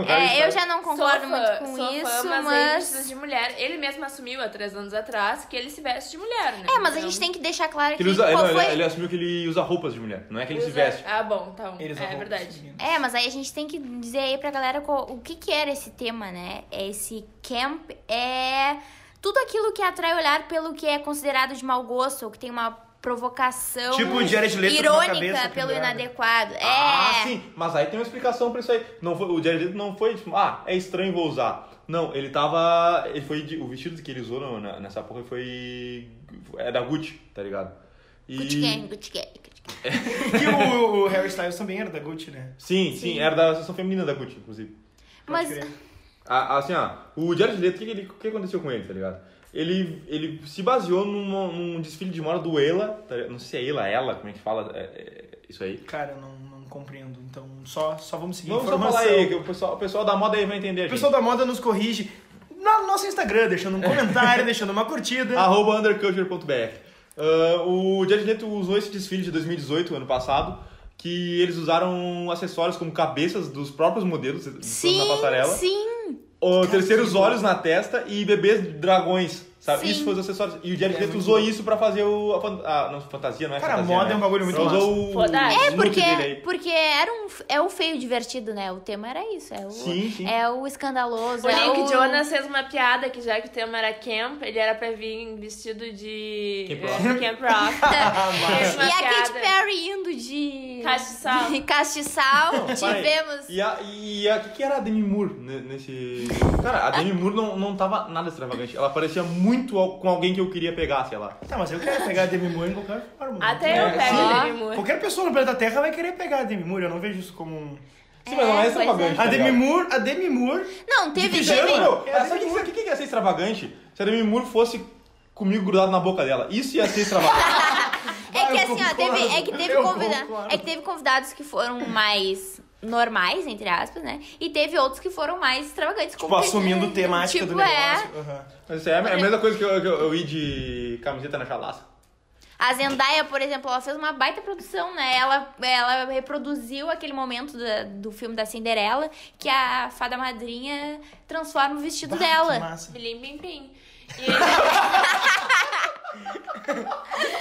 [SPEAKER 3] É, eu já não concordo
[SPEAKER 4] Sou fã,
[SPEAKER 3] muito com
[SPEAKER 4] sou fã,
[SPEAKER 3] isso,
[SPEAKER 4] mas, tá veio vestido
[SPEAKER 3] mas...
[SPEAKER 4] de mulher. Ele mesmo assumiu há três anos atrás que ele se veste de mulher, né?
[SPEAKER 3] É, mas a gente tem que deixar claro É que
[SPEAKER 2] Ele, usa, é,
[SPEAKER 3] qual
[SPEAKER 2] não, ele,
[SPEAKER 3] foi...
[SPEAKER 2] ele assumiu que ele usa roupas de mulher, não é que ele se
[SPEAKER 4] Usa-
[SPEAKER 2] veste.
[SPEAKER 4] Ah, bom, tá. bom.
[SPEAKER 1] Eles não
[SPEAKER 4] é
[SPEAKER 1] vão
[SPEAKER 4] verdade.
[SPEAKER 1] conseguir.
[SPEAKER 3] É, mas aí a gente tem que dizer aí pra galera qual- o que que era esse tema, né? Esse camp é tudo aquilo que atrai olhar pelo que é considerado de mau gosto, ou que tem uma provocação
[SPEAKER 1] Tipo o Jared Leto com uma cabeça
[SPEAKER 3] irônica pelo
[SPEAKER 1] pendurada.
[SPEAKER 3] inadequado. É.
[SPEAKER 2] Ah, sim, mas aí tem uma explicação pra isso aí. Não foi, o Jared Leto não foi tipo, ah, é estranho, vou usar. Não, ele tava. Ele foi de- o vestido que ele usou na- na- nessa porra foi. É da Gucci, tá ligado? E-
[SPEAKER 3] Gucci gang, Gucci gang, Gucci gang.
[SPEAKER 1] E o, o Harry Styles também era da Gucci, né?
[SPEAKER 2] Sim, sim, era da seção feminina da Gucci, inclusive.
[SPEAKER 1] Pode
[SPEAKER 3] Mas
[SPEAKER 1] crer.
[SPEAKER 2] A- assim, ó, o Jared Leto, o que, que ele- o que aconteceu com ele, tá ligado? Ele, ele se baseou numa- num desfile de moda do Ela, tá ligado? não sei se é Ela, Ela, como é que fala é, é, isso aí.
[SPEAKER 1] Cara, eu não, não compreendo. Então, só, só vamos seguir
[SPEAKER 2] Vamos só
[SPEAKER 1] informação.
[SPEAKER 2] falar aí, que o pessoal, o pessoal da moda aí vai entender a
[SPEAKER 1] O
[SPEAKER 2] gente.
[SPEAKER 1] pessoal da moda nos corrige lá no nosso Instagram, deixando um comentário, deixando uma curtida.
[SPEAKER 2] arroba underculture.br. Ah, o Jared Leto usou esse desfile de 2018, ano passado, que eles usaram acessórios como cabeças dos próprios modelos na
[SPEAKER 3] Sim,
[SPEAKER 2] passarela,
[SPEAKER 3] sim.
[SPEAKER 2] o terceiros olhos na testa e bebês dragões, sabe?
[SPEAKER 3] Sim.
[SPEAKER 2] Isso foi os acessórios. E o Jared
[SPEAKER 1] É,
[SPEAKER 2] Leto
[SPEAKER 1] muito
[SPEAKER 2] usou
[SPEAKER 1] bom.
[SPEAKER 2] isso pra fazer o... A, fan- ah, não, fantasia, não é
[SPEAKER 1] Cara,
[SPEAKER 2] fantasia,
[SPEAKER 1] moda
[SPEAKER 2] né?
[SPEAKER 1] é um bagulho muito
[SPEAKER 2] Usou
[SPEAKER 1] massa.
[SPEAKER 2] o-
[SPEAKER 4] Foda-se.
[SPEAKER 2] o
[SPEAKER 3] É,
[SPEAKER 2] look
[SPEAKER 3] porque,
[SPEAKER 2] dele aí.
[SPEAKER 3] porque era um, é o feio divertido, né? O tema era isso. É o,
[SPEAKER 2] Sim, sim.
[SPEAKER 3] É o escandaloso.
[SPEAKER 4] O
[SPEAKER 3] é
[SPEAKER 4] Nick
[SPEAKER 3] o...
[SPEAKER 4] Jonas fez uma piada que já que o tema era camp, ele era pra vir vestido de
[SPEAKER 2] Camp
[SPEAKER 4] eh,
[SPEAKER 2] Rock.
[SPEAKER 4] Camp Rock. Fez
[SPEAKER 3] E
[SPEAKER 4] uma
[SPEAKER 3] a Katy
[SPEAKER 4] piada.
[SPEAKER 3] Perry indo de...
[SPEAKER 4] Castiçal.
[SPEAKER 3] de castiçal.
[SPEAKER 2] Parei.
[SPEAKER 3] Tivemos...
[SPEAKER 2] E a, e a que, que era a Demi Moore ne- nesse. Cara, a Demi Moore não, não tava nada extravagante. Ela parecia muito al- com alguém que eu queria pegar, sei lá.
[SPEAKER 1] Tá, mas eu quero pegar a Demi Moore em qualquer forma.
[SPEAKER 4] Até eu
[SPEAKER 2] É,
[SPEAKER 4] pego
[SPEAKER 3] sim.
[SPEAKER 4] a Demi Moore.
[SPEAKER 1] Qualquer pessoa no planeta Terra vai querer pegar a Demi Moore, eu não vejo isso como um...
[SPEAKER 2] Sim, mas não
[SPEAKER 3] pois
[SPEAKER 2] é extravagante.
[SPEAKER 3] é.
[SPEAKER 1] A
[SPEAKER 2] tá
[SPEAKER 1] Demi
[SPEAKER 2] ligado?
[SPEAKER 1] Moore, a Demi Moore...
[SPEAKER 3] Não, teve...
[SPEAKER 1] pijama,
[SPEAKER 3] teve...
[SPEAKER 1] meu.
[SPEAKER 2] Não,
[SPEAKER 1] É a
[SPEAKER 2] sabe
[SPEAKER 1] Demi
[SPEAKER 2] o
[SPEAKER 1] Moore.
[SPEAKER 2] que, que ia ser extravagante? Se a Demi Moore fosse comigo grudado na boca dela. Isso ia ser extravagante.
[SPEAKER 3] É que
[SPEAKER 1] eu
[SPEAKER 3] assim, ó,
[SPEAKER 1] concordo.
[SPEAKER 3] teve, é, que teve
[SPEAKER 1] Eu
[SPEAKER 3] convida-
[SPEAKER 1] concordo.
[SPEAKER 3] é que teve convidados que foram mais normais, entre aspas, né? E teve outros que foram mais extravagantes.
[SPEAKER 1] Tipo,
[SPEAKER 3] como-
[SPEAKER 1] assumindo temática do
[SPEAKER 3] Tipo, é.
[SPEAKER 1] negócio. Aham.
[SPEAKER 2] Mas isso é a é a mesma coisa que eu, que eu, eu ir de camiseta na chalaça.
[SPEAKER 3] A Zendaya, por exemplo, ela fez uma baita produção, né? Ela, ela reproduziu aquele momento da- do filme da Cinderela que a fada madrinha transforma o vestido
[SPEAKER 1] Bah, Ah, que
[SPEAKER 3] Tipo dela.
[SPEAKER 1] massa.
[SPEAKER 4] Bilim, bim, bim.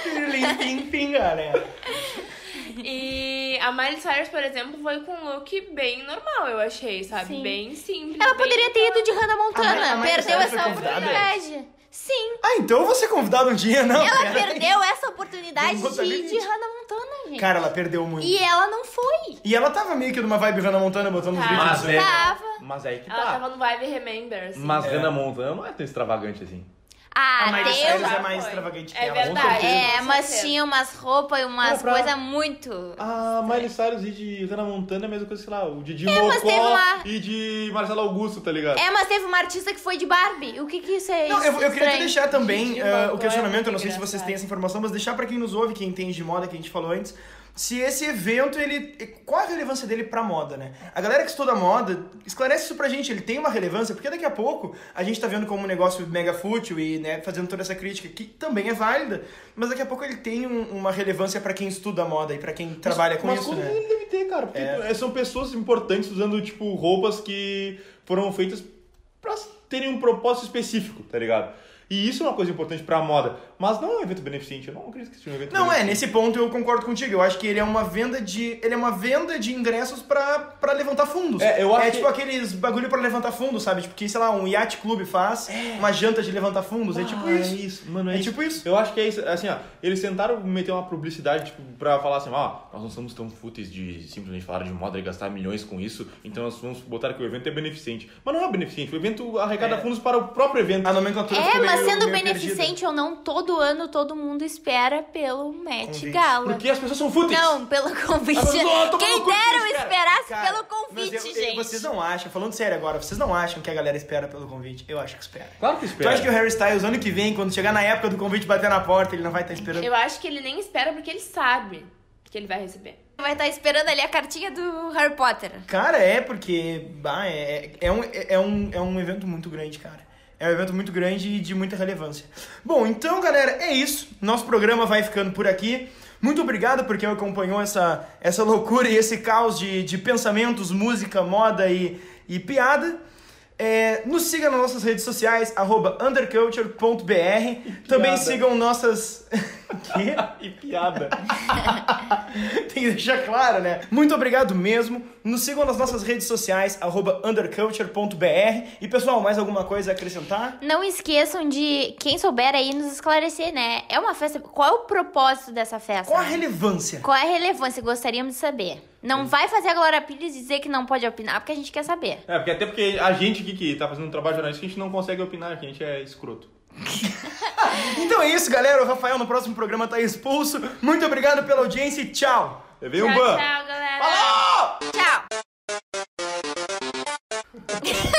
[SPEAKER 1] Pirlim, pim, pim, galera.
[SPEAKER 4] E, e a Miley Cyrus, por exemplo, foi com um look bem normal, eu achei, sabe?
[SPEAKER 3] Sim.
[SPEAKER 4] Bem simples.
[SPEAKER 3] Ela
[SPEAKER 4] bem-
[SPEAKER 3] poderia ter ido de Hannah
[SPEAKER 1] A
[SPEAKER 3] Montana.
[SPEAKER 1] Ma- a
[SPEAKER 3] perdeu
[SPEAKER 1] Miley Cyrus
[SPEAKER 3] essa
[SPEAKER 1] foi convidada? né?
[SPEAKER 3] oportunidade. Sim,
[SPEAKER 1] Ah, então eu vou ser convidado um dia, não?
[SPEAKER 3] ela
[SPEAKER 1] pera.
[SPEAKER 3] perdeu essa oportunidade
[SPEAKER 1] Vamos
[SPEAKER 3] de
[SPEAKER 1] botar
[SPEAKER 3] ir
[SPEAKER 1] limite.
[SPEAKER 3] de Hannah Montana, gente.
[SPEAKER 1] Cara, ela perdeu muito.
[SPEAKER 3] E é- ela não foi.
[SPEAKER 1] E ela tava meio que numa vibe Hannah Montana botando os
[SPEAKER 4] Tá.
[SPEAKER 1] vídeos.
[SPEAKER 2] Mas
[SPEAKER 1] assim.
[SPEAKER 2] é.
[SPEAKER 3] Tava.
[SPEAKER 2] Mas aí que
[SPEAKER 4] Ela
[SPEAKER 2] tá.
[SPEAKER 4] tava no vibe Remember, assim.
[SPEAKER 2] Mas
[SPEAKER 1] É.
[SPEAKER 2] Hannah Montana não é tão extravagante assim.
[SPEAKER 3] Ah,
[SPEAKER 1] A Miley
[SPEAKER 3] Deus.
[SPEAKER 1] Cyrus é
[SPEAKER 4] Já
[SPEAKER 1] mais
[SPEAKER 4] foi.
[SPEAKER 1] extravagante que
[SPEAKER 4] É
[SPEAKER 1] ela.
[SPEAKER 4] verdade.
[SPEAKER 3] É,
[SPEAKER 4] com
[SPEAKER 3] mas
[SPEAKER 4] certeza.
[SPEAKER 3] tinha umas roupas e umas
[SPEAKER 2] Era pra-
[SPEAKER 3] coisas muito.
[SPEAKER 2] A Ah, Miley Cyrus e de Hannah Montana é a mesma coisa, sei lá, o de Didi
[SPEAKER 3] É, mas teve
[SPEAKER 2] Mocó
[SPEAKER 3] lá-
[SPEAKER 2] e de Marcelo Augusto, tá ligado?
[SPEAKER 3] É, mas teve uma artista que foi de Barbie. O que que isso é
[SPEAKER 1] Não,
[SPEAKER 3] isso?
[SPEAKER 1] eu, eu queria até
[SPEAKER 3] Estranho.
[SPEAKER 1] deixar também
[SPEAKER 4] Gente,
[SPEAKER 1] eh,
[SPEAKER 4] uma
[SPEAKER 1] o
[SPEAKER 4] coisa
[SPEAKER 1] questionamento, eu não
[SPEAKER 4] muito
[SPEAKER 1] sei se vocês
[SPEAKER 4] engraçada.
[SPEAKER 1] têm essa informação, mas deixar pra quem nos ouve, quem entende de moda, que a gente falou antes, se esse evento, ele qual a relevância dele pra moda, né? A galera que estuda moda, esclarece isso pra gente, ele tem uma relevância, porque daqui a pouco a gente tá vendo como um negócio mega fútil e né, fazendo toda essa crítica, que também é válida, mas daqui a pouco ele tem um- uma relevância pra quem estuda moda e pra quem trabalha com
[SPEAKER 2] mas
[SPEAKER 1] isso,
[SPEAKER 2] como
[SPEAKER 1] né?
[SPEAKER 2] ele deve ter, cara? Porque
[SPEAKER 1] É.
[SPEAKER 2] tu- são pessoas importantes usando, tipo, roupas que foram feitas pra terem um propósito específico, tá ligado? E isso é uma coisa importante pra moda. Mas não é um evento beneficente, eu não acredito que seja um evento
[SPEAKER 1] Não, é,
[SPEAKER 2] beneficente.
[SPEAKER 1] nesse ponto eu concordo contigo. Eu acho que ele é uma venda de. Ele é uma venda de ingressos pra, pra levantar fundos.
[SPEAKER 2] É, eu acho
[SPEAKER 1] é
[SPEAKER 2] que-
[SPEAKER 1] tipo aqueles bagulho pra levantar fundos, sabe? Tipo, que, sei lá, um Yacht Club faz, uma janta de levantar fundos. é tipo
[SPEAKER 2] Ah,
[SPEAKER 1] isso.
[SPEAKER 2] É isso, mano, é,
[SPEAKER 1] É
[SPEAKER 2] isso.
[SPEAKER 1] tipo isso.
[SPEAKER 2] Eu acho que é isso, assim, ó, eles tentaram meter uma publicidade, tipo, pra falar assim, ó, nós não somos tão fúteis de simplesmente falar de moda e gastar milhões com isso, então nós vamos botar que o evento é beneficente. Mas não é beneficente, o evento arrecada
[SPEAKER 1] É.
[SPEAKER 2] fundos para o próprio evento.
[SPEAKER 1] A nomenclatura
[SPEAKER 3] É,
[SPEAKER 1] ficou
[SPEAKER 3] mas
[SPEAKER 1] meio-
[SPEAKER 3] sendo
[SPEAKER 1] meio perdida.
[SPEAKER 3] beneficente ou não, todo ano todo mundo espera pelo Met
[SPEAKER 1] Convite.
[SPEAKER 3] Gala.
[SPEAKER 2] Porque as pessoas são fúteis.
[SPEAKER 3] Não, pelo convite.
[SPEAKER 2] Ah, mas, ó, toma
[SPEAKER 3] Quem
[SPEAKER 2] no cu, cara.
[SPEAKER 3] deram esperasse
[SPEAKER 1] Cara,
[SPEAKER 3] pelo
[SPEAKER 1] mas
[SPEAKER 3] convite,
[SPEAKER 1] eu- eu-
[SPEAKER 3] gente.
[SPEAKER 1] Vocês não acham, falando sério agora, vocês não acham que a galera espera pelo convite? Eu acho que espera.
[SPEAKER 2] Claro que
[SPEAKER 1] Tu
[SPEAKER 2] espera.
[SPEAKER 1] acha que o Harry Styles, ano que vem, quando chegar na época do convite bater na porta, ele não vai estar
[SPEAKER 3] um-
[SPEAKER 1] esperando?
[SPEAKER 4] Eu acho que ele nem espera porque ele sabe que ele vai receber.
[SPEAKER 3] Vai estar esperando ali a cartinha do Harry Potter.
[SPEAKER 1] Cara, é porque bah, é, é, um, é, um, é um evento muito grande, cara. É um evento muito grande e de muita relevância. Bom, então, galera, é isso. Nosso programa vai ficando por aqui. Muito obrigado por quem acompanhou essa, essa loucura e esse caos de, de pensamentos, música, moda e, e piada. É, nos siga nas nossas redes sociais, arroba underculture.br. Também
[SPEAKER 2] piada.
[SPEAKER 1] sigam nossas. Quê?
[SPEAKER 2] E piada.
[SPEAKER 1] Tem que deixar claro, né? Muito obrigado mesmo. Nos sigam nas nossas redes sociais, arroba underculture.br. E pessoal, mais alguma coisa a acrescentar?
[SPEAKER 3] Não esqueçam de quem souber aí nos esclarecer, né? É uma festa. Qual é o propósito dessa festa?
[SPEAKER 1] Qual a relevância?
[SPEAKER 3] Qual é a relevância? Gostaríamos de saber. Não vai fazer a Glória Pires dizer que não pode opinar, porque a gente quer saber.
[SPEAKER 2] É, porque até porque a gente aqui que tá fazendo um trabalho jornalístico, a gente não consegue opinar, que a gente é escroto.
[SPEAKER 1] Então é isso, galera. O Rafael no próximo programa tá expulso. Muito obrigado pela audiência e tchau!
[SPEAKER 2] Levei um
[SPEAKER 4] tchau,
[SPEAKER 2] ban.
[SPEAKER 4] tchau, galera.
[SPEAKER 3] Tchau!